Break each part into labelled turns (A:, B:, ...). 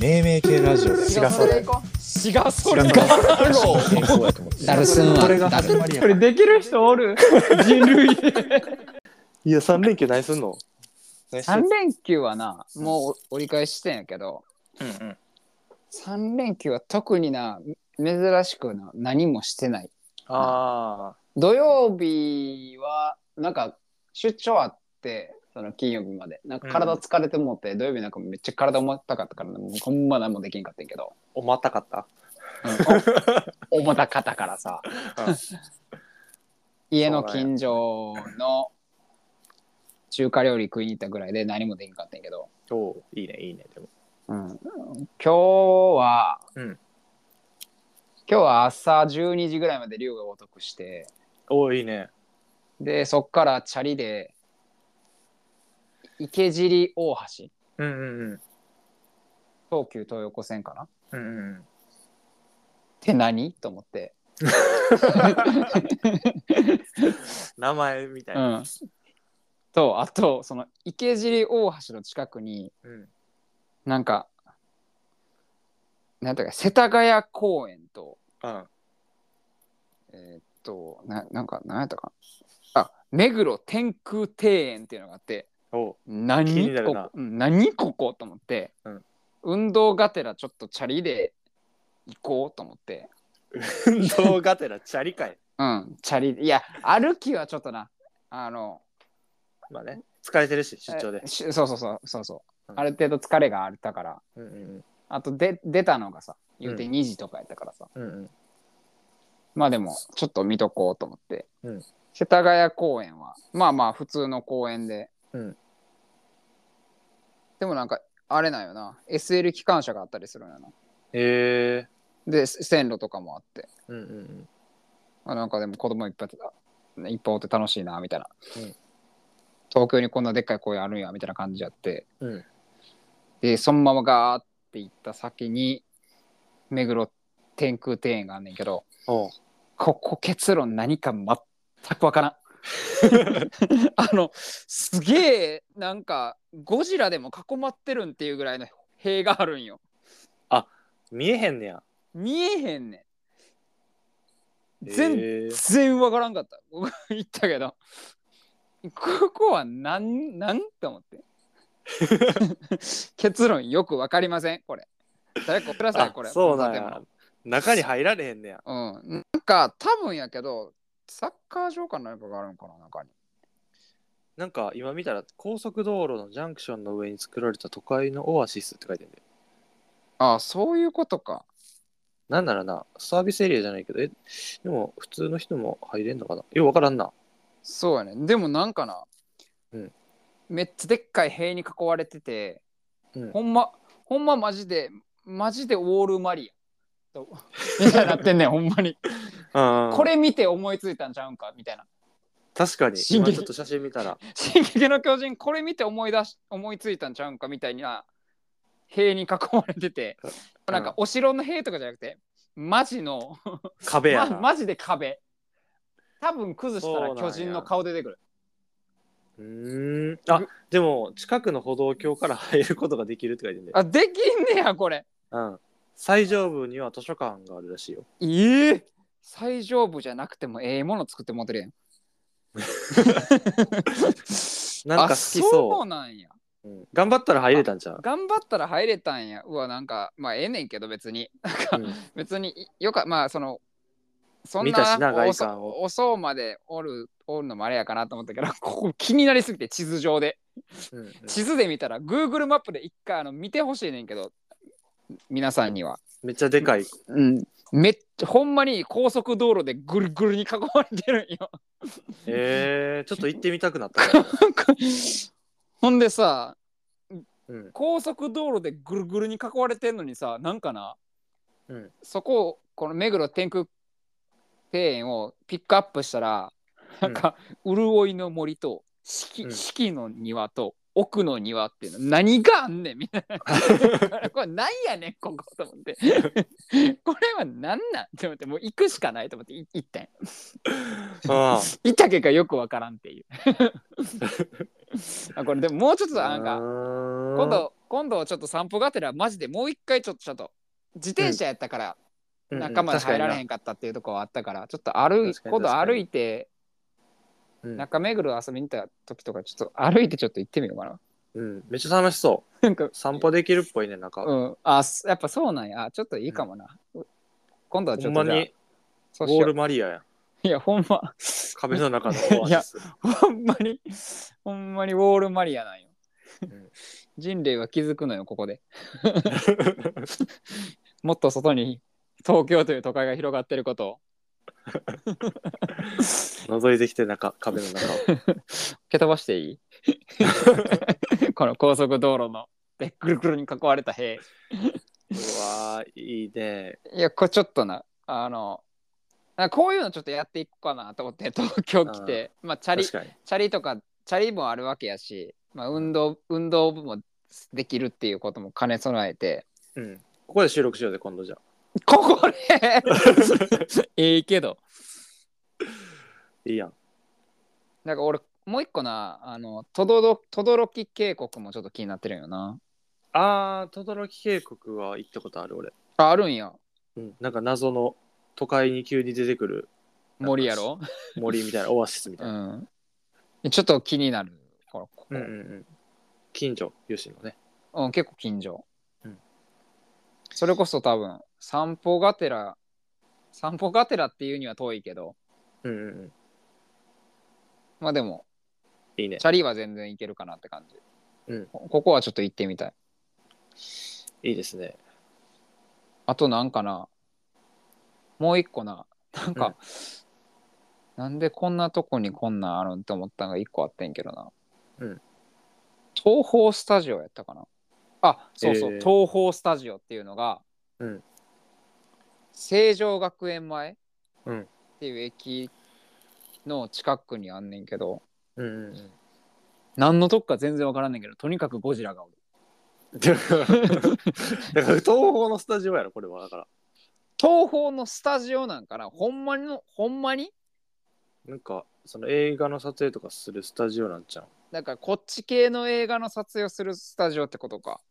A: 命名系ラジオだよ
B: 違うそれ行こ
C: 違うそれ
A: 違う
C: か
A: 健康やと思って
D: ダルスンは
B: これが
D: ダル
C: これできる人おる人類
B: ういや3連休何すんの
D: 3連休はなもう折り返ししてんやけど
B: うんうん
D: 3連休は特にな珍しくな何もしてない
B: あ
D: 土曜日はなんか出張あってその金曜日までなんか体疲れてもって、土曜日なんかめっちゃ体重たかったからなもうほんま何もできんかったんやけど、
B: あ重たかった
D: お重たかったからさ
B: うん
D: 家の近所の中華料理食いに行ったぐらいで何もできんかったんやけど、
B: おういいねいいねでも
D: 今日は、
B: うん
D: 今日は朝12時ぐらいまで龍が如くして
B: おういいね
D: でそっからチャリで池尻大橋
B: うんうんうん
D: 東急東横線かなっ
B: うんうん
D: て何と思って、
B: 名前みたいうな、
D: ん、とあとその池尻大橋の近くに
B: うん、
D: なんかなんていうか世田谷公園と
B: うん
D: えーっとななんか何やったかなあ目黒天空庭園っていうのがあって
B: おう気に
D: 何
B: なる
D: こ
B: な
D: こうん何ここと思って、
B: うん
D: 運動がてらちょっとチャリで行こうと思って
B: 運 動がてらチャリかい
D: うんチャリいや歩きはちょっとなあの
B: まあね疲れてるし出張で
D: えしそうそうそうそうそう、
B: うん
D: ある程度疲れがあったから
B: うんうん
D: あとで出たのがさ言うて
B: う
D: 2時とかやったからさ、
B: うんうん
D: まあでもちょっと見とこうと思って、
B: うん
D: 世田谷公園はまあまあ普通の公園で、
B: うん
D: でもなんかあれなんよな SL 機関車があったりするんやな
B: へえ
D: でせ線路とかもあって
B: うんうんうん
D: あなんかでも子供いっぱいいっぱいおって楽しいなみたいな、
B: うん
D: 東京にこんなでっかい公園あるんやみたいな感じやって
B: うん
D: でそのままガーって行った先に目黒天空庭園があんねんけど
B: おう
D: ここ結論何か全くわから んあのすげえなんかゴジラでも囲まってるんっていうぐらいの塀があるんよ
B: 見えへんねや
D: 見えへんねん全
B: 全
D: 全然わからんかった僕言ったけどここはなんなんと思って結論よくわかりませんこれ誰かくださいこれ
B: そうなん
D: この
B: や
D: 建
B: 中に入られへんねや
D: 物うんなんか多分やけどサッカー場か何かがあるのかな中に
B: なんか今見たら高速道路のジャンクションの上に作られた都会のオアシスって書いてんだよ
D: ああそういうことか
B: なんならなサービスエリアじゃないけどえでも普通の人も入れんのかなようわからんな
D: そうやねでもなんかな、
B: うん
D: めっちゃでっかい塀に囲われてて、
B: うん
D: ほんまほんまマジでマジでオールマリアとみたいになってんねんほんまにこ
B: こ
D: れ見て思いついたんちゃうんかみたいな
B: 確かに
D: 進
B: 今
D: 撃
B: ちょっと写真見たら
D: 「進撃の巨人」これ見て思い出し思いついたんちゃうんかみたいな塀に囲まれてて、
B: うん
D: なんかお城の塀とかじゃなくてマジの
B: 壁やな、
D: まマジで壁多分崩した
B: そ
D: ら
B: うなんや
D: 巨人の顔出てくる
B: うーんあでも近くの歩道橋から入ることができるって書いてんだよ
D: あできんねやこれ
B: うん最上部には図書館があるらしいよ
D: ええ最上部じゃなくてもええもの作って持ってるやん。
B: なんか好きそう
D: あそうなんや。
B: うん頑張ったら入れたんちゃう
D: 頑張ったら入れたんや。うわ、なんか、まあええねんけど別に。
B: うん
D: 別によか、まあその、そん
B: 見たし
D: な
B: な外
D: 遅
B: 観を
D: 遅うまでおるおるのもあれやかなと思ったけど、 ここ気になりすぎて地図上で。
B: うんうん
D: 地図で見たら Google マップで一回あの見てほしいねんけど、皆さんには。
B: めっちゃで かい
D: うん。めっちゃほんまに高速道路でぐるぐるに囲まれてるんよ。
B: えー、ちょっと行ってみたくなったな
D: ほんでさ
B: うん
D: 高速道路でぐるぐるに囲われてんのにさなんかな、
B: うん
D: そこをこの目黒天空庭園をピックアップしたらなんか「潤いの森」と「四季,、
B: うん
D: 四季の庭」と「奥の庭」っていうの何があんねんみたい なこれなんやねんここと思ってこれは何なんって思ってもう行くしかないと思ってい行ったんよ
B: あ
D: 行った結果よくわからんっていうあこれでももうちょっとなんか今
B: 今、
D: 度今度ちょっと散歩がてらマジでもう一回ちょっとちょっと自転車やったから中まで入られへ
B: ん。
D: んかったっていうとこはあったからちょっと歩い
B: 確かに
D: 今度
B: 確かに
D: 歩いて
B: うん
D: 中目黒遊びに行った時とかちょっと歩いてちょっと行ってみようかな。
B: うん、めっちゃ楽しそ
D: なんか
B: う。散歩できるっぽいね、なんか。
D: うんあすやっぱそうなんやあちょっといいかもな。今度はち
B: ほ
D: ょっ
B: ん
D: と
B: ま
D: じゃあ
B: に、
D: そうし
B: ウォー
D: よう
B: ルマリアやん。
D: いやほんま
B: 壁の中のオアシス。
D: ほんまにほんまにウォールマリアなんよ。
B: ん
D: 人類は気づくのよここで。もっと外に東京という都会が広がってることを。
B: 覗いてきて、中、壁の中を。
D: 蹴飛ばしていい この高速道路のでくるくるに囲われた塀
B: うわー、いいね。
D: いやこれちょっとなあのなんかこういうのちょっとやっていこうかなと思って 東京来てまあチャリチ
B: 確かに。
D: ャリとかチャリもあるわけやし、まあ、運動運動部もできるっていうことも兼ね備えて
B: うん。ここで収録しようぜ、今度じゃあ。
D: ここで ええけど
B: いいやん。
D: なんか俺もう一個なあのとどろとどろき渓谷もちょっと気になってるんよな
B: あー、轟渓谷は行ったことある、俺。
D: ああるんや
B: うん。なんか謎の都会に急に出てくる
D: 森やろ
B: 森みた いな、オアシスみたいな。
D: うん、ちょっと気になるほらここ
B: うんうんうん。近所、吉野ね。
D: うん、結構近所、
B: うん
D: それこそ多分散歩がてら散歩がてらっていうには遠いけど
B: うんうんうん。
D: まあでも
B: いいね
D: チ。ャリは全然行けるかなって感じ、
B: うん
D: こここはちょっと行ってみたい
B: いいですね。
D: あとなんかなもう一個ななんか、なんでこんなとこにこんなんあるんって思ったのが一個あってんけどな、
B: うん
D: 東宝スタジオやったかなあそうそう、
B: えー
D: 東宝スタジオっていうのが、
B: うん
D: 成城学園前、
B: うん
D: っていう駅の近くにあんねんけど
B: うんうんうん。
D: 何のとこか全然わからんねんけどとにかくゴジラがおる
B: だから、東宝のスタジオやろ、これは。だから、
D: 東宝のスタジオなんかなほんまにのほんまに
B: なんか、その映画の撮影とかするスタジオなんちゃう
D: だからこっち系の映画の撮影をするスタジオってことか。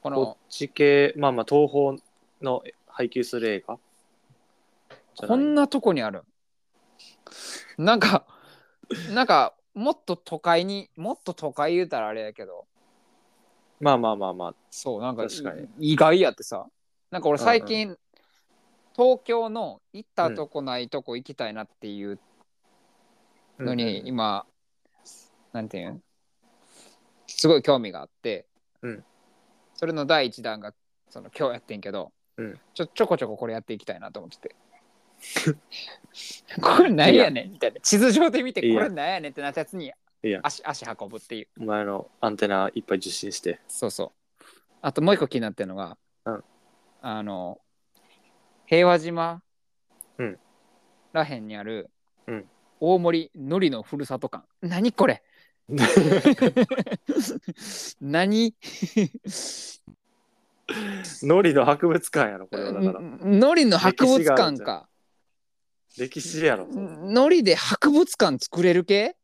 D: こ
B: こ
D: の
B: っち系、まあまあ、東宝の配給する映画じゃ
D: こん
B: な
D: なとこにある。なんか なんかもっと都会にもっと都会言うたらあれやけど
B: いまあまあまあまあ、
D: そうなんか
B: 確かに
D: 意外やってさなんか俺最近、東京の行ったとこないとこ行きたいなっていうのに今、なんていうんすごい興味があって、
B: うん
D: それの第一弾がその今日やってんけど、
B: うん
D: ちょちょこちょここれやっていきたいなと思ってて これ何やねんみたいな地図上で見て
B: いいや
D: これ何やねんってなったやつに
B: いいや
D: 足足運ぶっていう
B: お前のアンテナいっぱい受信して。
D: そうそうあともう一個気になってるのが、
B: うん
D: あの平和島
B: うん
D: らへんにある、
B: うん
D: 大森のりのふるさと館何これ 何
B: ノリの博物館やろ、これは。だから、
D: のりの博物館か
B: 歴史やろ。
D: のりで博物館作れる系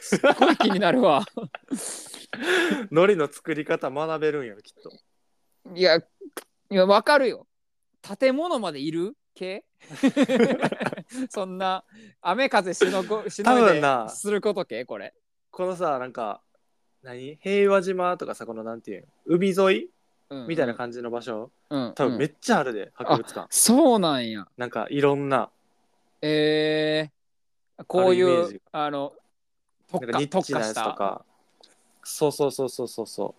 D: すっごい気になるわ
B: ノリの作り方学べるんやろ、きっと。
D: いやいやわかるよ建物までいる 系 そんな雨風しの ごしの
B: 多
D: い
B: 分な
D: ですること系これ
B: このさ、なんか、何平和島とかさ、このなんていうん海沿いみたいな感じの場所、
D: じ、うんうん
B: 多分めっちゃあるで、博物館。
D: そうなんや
B: なんかいろんな、
D: えー、こうい
B: あるイメー
D: う
B: ジ
D: あの
B: なん
D: 特
B: か
D: 化
B: ニッチ
D: 特
B: な
D: 化
B: や
D: し
B: つとか。
D: た
B: そうそうそうそうそうそ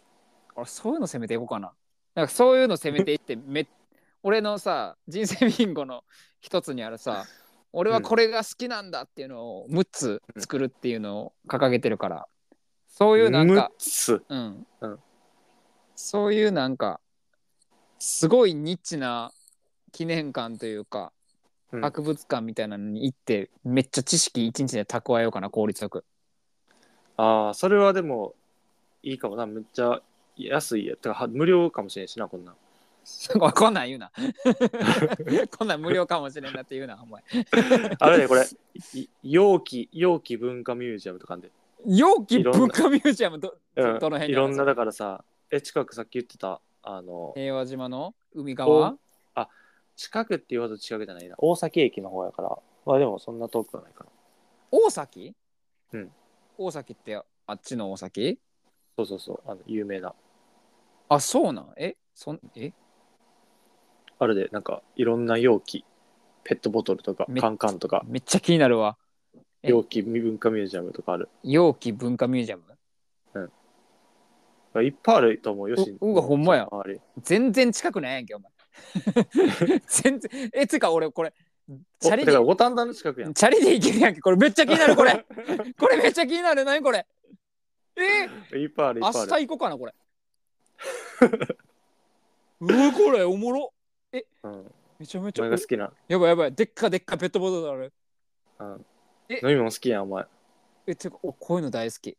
D: 俺そういうの攻めていこうかななんかそういうの攻めていってめ俺のさ人生ビンゴの一つにあるさ俺はこれが好きなんだっていうのを6つ作るっていうのを掲げてるからそう
B: う。
D: いうなんか
B: 6、つ。
D: うん
B: うん
D: そういうなんかすごいニッチな記念館というか、
B: うん
D: 博物館みたいなのに行ってめっちゃ知識一日で蓄えようかな効率よく
B: ああ、それはでも、いいかもな。めっちゃ安いや。てか、は無料かもしれんしな、こんなん。
D: わかんない言うな こんなん無料かもしれんなって言うなお前
B: あれね、これ、い容器、容器文化ミュージアムとかあんで。
D: 容器
B: いろんな
D: 文化ミュージアムど
B: うん
D: どの辺
B: い
D: にある
B: ろ
D: んで
B: ん
D: す
B: な
D: か
B: だからさえ近くさっき言ってたあの
D: 平和島の海側
B: 近くっていうほど近くじゃないな大崎駅の方やからまあでもそんな遠くはないかな
D: 大崎
B: うん
D: 大崎ってあっちの大崎
B: そうそうそうあの有名な
D: あそうなんえそんえ
B: あれでなんかいろんな容器ペットボトルとか
D: め
B: カンカンとか
D: めっちゃ気になるわえ
B: 容器文化ミュージアムとかある
D: 容器文化ミュージアム
B: いっぱいあると思うよし
D: ううわほんまや
B: 周り
D: 全然近くないやんけお 前全然えつうか俺これチ
B: お
D: ャ
B: だ
D: リ
B: か
D: で
B: ら五反田の近くやん
D: チャリで行けるやんけこれめっちゃ気になるこ れこれめっちゃ気になる何これえー、
B: いっぱいあるいっ
D: 明
B: ぱいあ
D: 日行こうかなこ れうわこれおもろ
B: る、うん、
D: めちゃめち
B: お
D: ゃ
B: 前が好きな、
D: やばいやばいでっかでっかペットボトルある
B: うん、
D: え
B: 飲み物好きやんお前
D: えてかおこういうの大好 き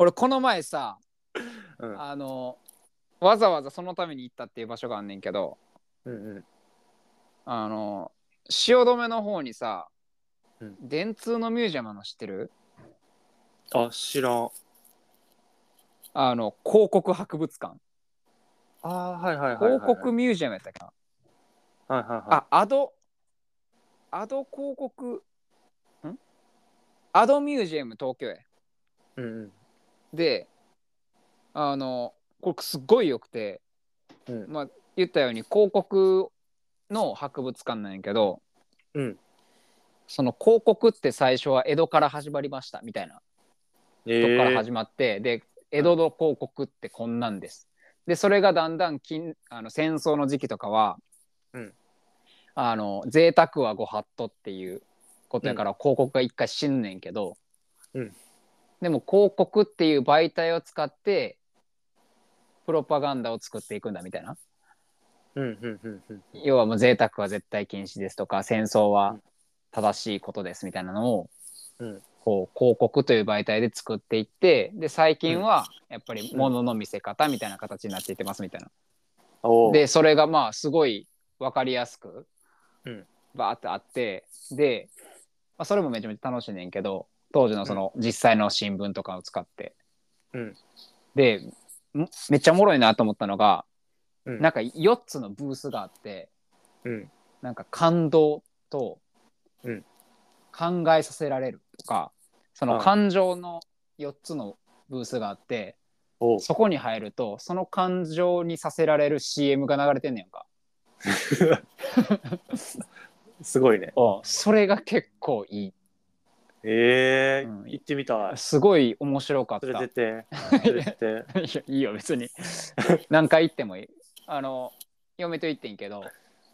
D: 俺この前さ、
B: うん
D: あのわざわざそのために行ったっていう場所があんねんけど
B: うんうん
D: あの汐留の方にさ、
B: うん
D: 電通のミュージアムあるの知ってる
B: あ知らん
D: あの広告博物館
B: あーはいはいはいはい、はい、
D: 広告ミュージアムやったっけな、
B: はいはいはい
D: あアドアド広告んアドミュージアム東京へ
B: うんうん
D: であのこれすっごいよくて
B: うん
D: まあ言ったように広告の博物館なんやけど
B: うん
D: その広告って最初は江戸から始まりましたみたいな
B: え
D: とこから
B: ー、
D: 始まって、で江戸の広告ってこんなんです。でそれがだんだん近あの戦争の時期とかは、
B: うん
D: あの贅沢はご法度っていうことやから、広告が一回死んねんけど、
B: うん
D: でも広告っていう媒体を使ってプロパガンダを作っていくんだみたいな。
B: うんうんうんうん
D: 要はもう贅沢は絶対禁止ですとか戦争は正しいことですみたいなのを、
B: うん
D: こう広告という媒体で作っていってで最近はやっぱり物の見せ方みたいな形になっていってますみたいな。
B: おう
D: でそれがまあすごい分かりやすく
B: うん
D: バーってあってで、まあ、それもめちゃめちゃ楽しいねんけど当時のその実際の新聞とかを使って。
B: うん
D: でんめっちゃおもろいなと思ったのが、
B: うん
D: なんか4つのブースがあって。
B: うん
D: なんか感動と
B: うん
D: 考えさせられるとか、その
B: うん
D: 感情の4つのブースがあって、
B: おう
D: そこに入るとその感情にさせられる CM が流れてんねやんか。
B: すごいね
D: それが結構いい。
B: ええー
D: うん
B: 行ってみたい
D: すごい面白かった。
B: 連
D: い
B: れてって連れ てって
D: やいいよ別に 何回行ってもいい。あの嫁と行ってんけど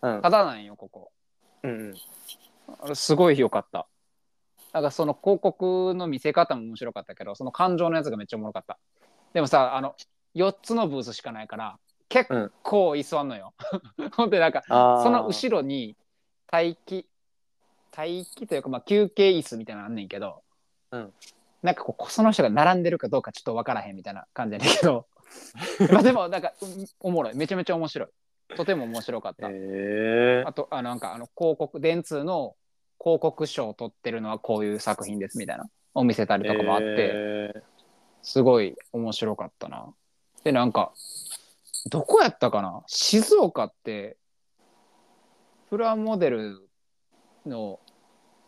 B: うん
D: ただなんよここ。
B: うん
D: あれすごい良かった。なんかその広告の見せ方も面白かったけど、その感情のやつがめっちゃおもろかった。でもさ、あの、4つのブースしかないから、結構居座んのよ。 ほんで、なんか、
B: あー
D: その後ろに待機、待機というか、まあ休憩椅子みたいなのあんねんけど、
B: うん
D: なんかこう、その人が並んでるかどうかちょっとわからへんみたいな感じやねんけど、 まあでも、なんか、うんおもろい。めちゃめちゃ面白い。とても面白かった。
B: ええ
D: あとあなんかあの広告電通の広告賞を取ってるのはこういう作品ですみたいなを見せたりとかもあって、
B: えー
D: すごい面白かったな。でなんかどこやったかな静岡ってプラモデルの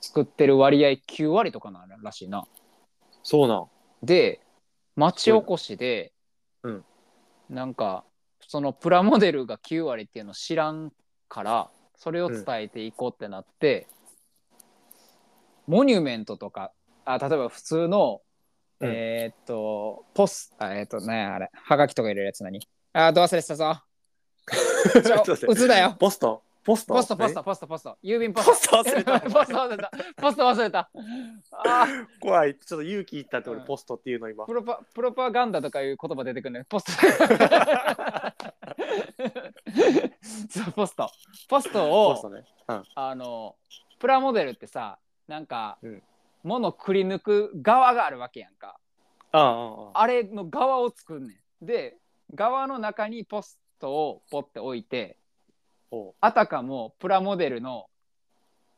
D: 作ってる割合9割とかならしいな。
B: そうなん
D: で町おこしで、
B: うん
D: なんかそのプラモデルが9割っていうのを知らんからそれを伝えていこうってなって、モニュメントとかあ例えば普通の、
B: うん
D: えーっとポスあえーっとねあれはがきとか入れるやつ何あーど忘れしたぞちょ
B: ちょっと待って
D: うつだよ
B: ポストポスト
D: ポストポストポストポスト郵便ポスト
B: ト忘れ た
D: ポスト忘れたポスト忘れたあー
B: 怖いちょっと勇気いったって俺
D: うん
B: ポストっていうの今
D: プロパプロパガンダとかいう言葉出てくるね。ポスト。そうポスト。ポストを
B: ポストね
D: あのプラモデルってさなんか、
B: うん
D: 物をくり抜く側があるわけやんか。
B: あああああ
D: あれの側を作んねん。で側の中にポストをポって置いて
B: おう
D: あたかもプラモデルの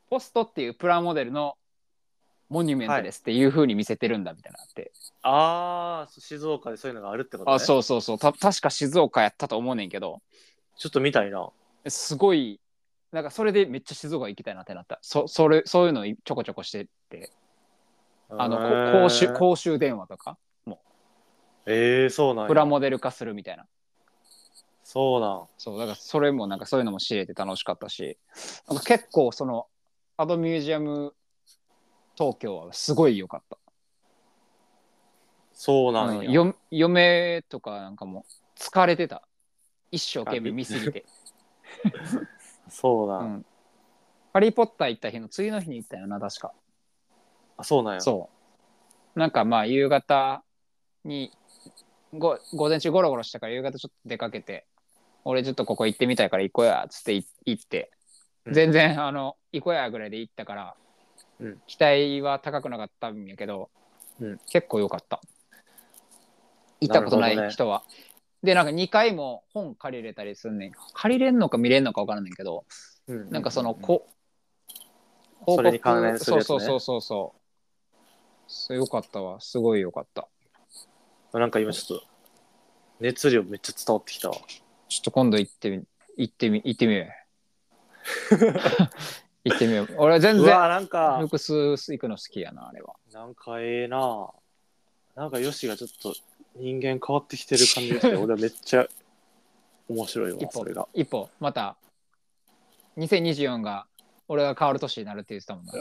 D: ポストっていうプラモデルのモニュメントですっていうふうに見せてるんだみたいなのあって、
B: ああ、そう静岡でそういうのがあるってことね。
D: あそうそうそうた確か静岡やったと思うねんけど
B: ちょっと見たいな。
D: すごいなんかそれでめっちゃ静岡行きたいなってなったそそれそういうのちょこちょこしてってあのこ公衆公衆電話とか
B: ええー、そうなん
D: プラ
B: や。
D: モデル化するみたいな
B: そうなん。
D: そうだからそれもなんかそういうのも知れて楽しかったしなんか結構そのアドミュージアム東京はすごい良かった
B: そうなん
D: うん
B: や。
D: よ嫁とかなんかもう疲れてた一生懸命見すぎて
B: そうな。
D: 「うんんハリー・ポッター」行った日の次の日に行ったよな確か
B: あ、そうなんや。
D: そうなんかまあ夕方にご午前中ゴロゴロしたから夕方ちょっと出かけて俺ちょっとここ行ってみたいから行こうやっつってい行って
B: うん
D: 全然あの行こうやぐらいで行ったから、
B: うん
D: 期待は高くなかったんやけど、
B: うん
D: 結構良かった行ったことな
B: なるほど
D: い
B: ね
D: 人は、でなんか2回も本借りれたりすんねん借りれんのか見れんのか分からんねんけど、
B: う。ん、
D: なんかその
B: こ
D: こ、
B: それに関連するやつね
D: そうそうそうそうそう。よかったわ。すごいよかった。
B: なんか今ちょっと、熱量めっちゃ伝わってきたわ。
D: ちょっと今度行ってみ、行ってみ、行ってみ よう。行ってみよう。俺は全
B: う
D: 然
B: わ、なんか、
D: 複数行くの好きやな、あれは。
B: なんかええななんかヨシがちょっと人間変わってきてる感じが して、俺はめっちゃ面白いわ
D: 一、
B: そ
D: 歩
B: れが。、
D: 一歩、また、2024が俺が変わる年になるって言ってたもんな。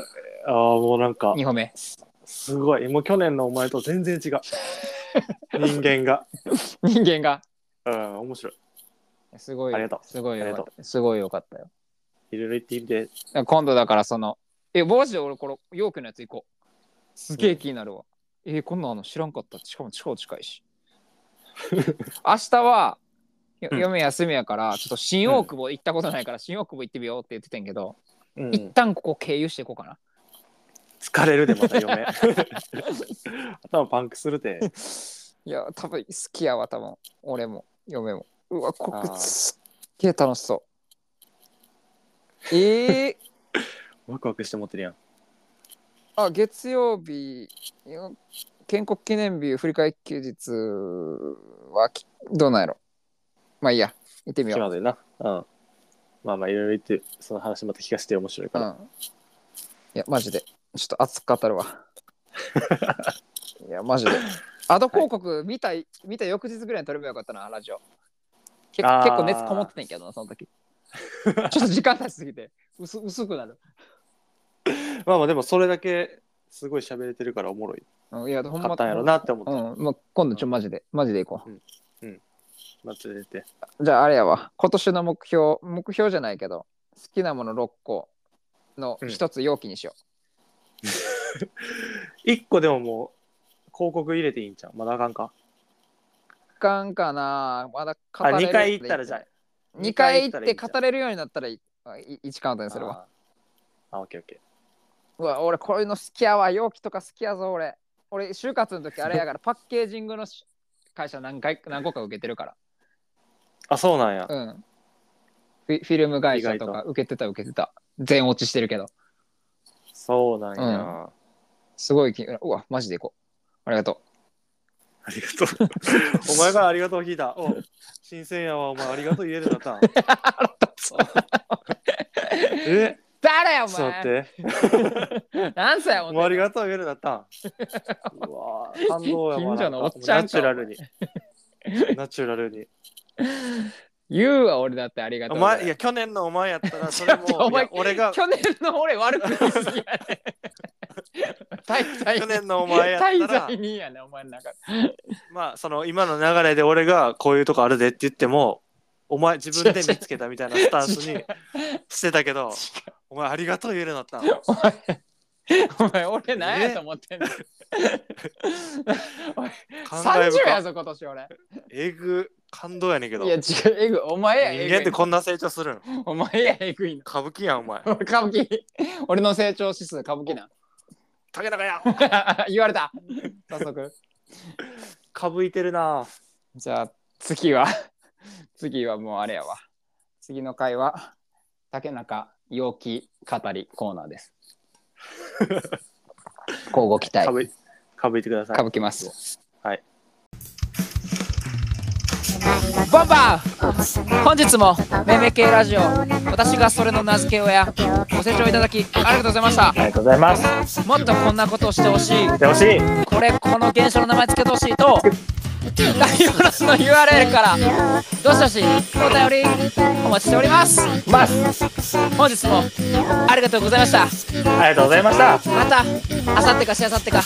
B: ああ、もうなんか、
D: 2歩目。
B: すごい。もう去年のお前と全然 違う。人間が。
D: 人間が。
B: うん、面白い。
D: すごい。
B: ありがとう
D: すごいよ
B: あり
D: か
B: が
D: った。すごいよかったよ。
B: いろいろ言ってみて。
D: だから今度だからそのえマジで俺この容器のやつ行こうすげえ気になるわ、えーこんなの知らんかったしかも超近い し明日はよ
B: うん
D: 嫁休みやからちょっと新大久保行ったことないから新大久保行ってみようって言ってたんやけど、
B: うん
D: 一旦ここ経由していこうかな
B: 疲れるで、また 嫁。頭パンクするで。
D: いや多分好きやわ多分俺も嫁もうわこ
B: あ
D: こ
B: ー
D: すっげえ楽しそうえー、
B: ワクワクして持ってるやん。
D: あ月曜日よ建国記念日振り替え休日はきどうなんやろまあいいや行ってみ
B: 決
D: よ
B: までな。うん。まあまあ、いろいろ言って、その話また聞かせて面白いか
D: う、う
B: ら。
D: ん、いやマジでちょっと熱く語るわ いやマジでアド広告見た、見た翌日ぐらいに撮ればよかったなラジオけ結
B: あー
D: 構熱こもってたんやけどなその時ちょっと時間経ちすぎて薄薄くなる、
B: まあまあ、でもそれだけ、すごい喋れてるからおもろい。
D: うん、いやほん
B: 買
D: ま
B: ったんやろなって思って。
D: うん、もう今度ちょマジでマジで行こう
B: まあ、連れてって。
D: じゃああれやわ今年の目標目標じゃないけど好きなもの6個の
B: うん
D: 一つ容器にしよ
B: 一個でももう広告入れていいんちゃうまだあかんか
D: う。いかんかなまだ語
B: あ
D: れる
B: 二回行ったらじゃあ
D: 2回
B: 二
D: 行って語
B: れ
D: れるようになったらい1カウントにするわ。
B: あーあオッケーオッケ
D: うわ俺こういうの好きやわ容器とか好きやぞ俺俺就活の時あれやから パッケージングのし会社何回何個か受けてるか
B: ーあそうなんや、
D: らうんフィフィルム会社と
B: 意
D: か
B: 外
D: 受けてた受けてた全落ちしてるけど
B: そうなんや、
D: うん
B: あ
D: すごい気うわマジで行こうありがと
B: りがとう お前がありがとう聞いたお新鮮やわお前ありがとう言える なったんえ
D: う誰やお
B: ちょっと待っ
D: 前
B: て
D: 何歳や
B: お
D: お
B: 前あ
D: 前
B: りがとう言えるなったんうわー感動やわ
D: 近所の
B: なんか
D: おっちゃんか
B: ナチュラルにナチュラ ルに
D: 言うわ俺だってありがと
B: お
D: う
B: 前いや去年のお前やった らそれも
D: ちょっとお前
B: いや俺 が
D: 去年の俺悪く言いすぎや ね滞在
B: 去年のお前やったら
D: 滞在人やねお前の中で
B: まあその今の流れで俺がこういうとこあるでって言ってもお前自分で見つけたみたいなスタンスにしてたけ どお前ありがとう言えるようになった
D: お前お前俺何やと思ってん の
B: 感慨
D: 30や
B: 深
D: ぞ今年俺
B: えぐ感動やねんけど
D: いや違
B: 人
D: うえぐお前や
B: 間っ
D: えぐ
B: て
D: い
B: こんな成長するん
D: お前やえぐいの
B: 歌舞伎やんお前
D: 俺 歌舞伎俺の成長指数歌舞伎な
B: 竹中や
D: 言われた早速
B: 歌舞いてるな
D: じゃあ次は 次はもうあれやわ。次の回は 竹中陽気語りコーナーです。
E: 交互期待
B: か。ぶいかぶいてください
E: かぶきます。
D: バンバー本日もめめ系ラジオ私がそれの名付け親
F: ご
D: ご
F: 清
D: 清
F: 聴い
D: 聴
F: た
D: いた
F: だ
D: だ
F: き
D: きありがとうございました
B: ありがとうございます
D: もっとこんなことをしてほしい
B: してほしい
D: これこの現象の名前つけてほしいと概要欄の URL からどしどしお便りお待ちしております本日もありがとうございました
B: ありがとうございました
D: また明後日かしあさってか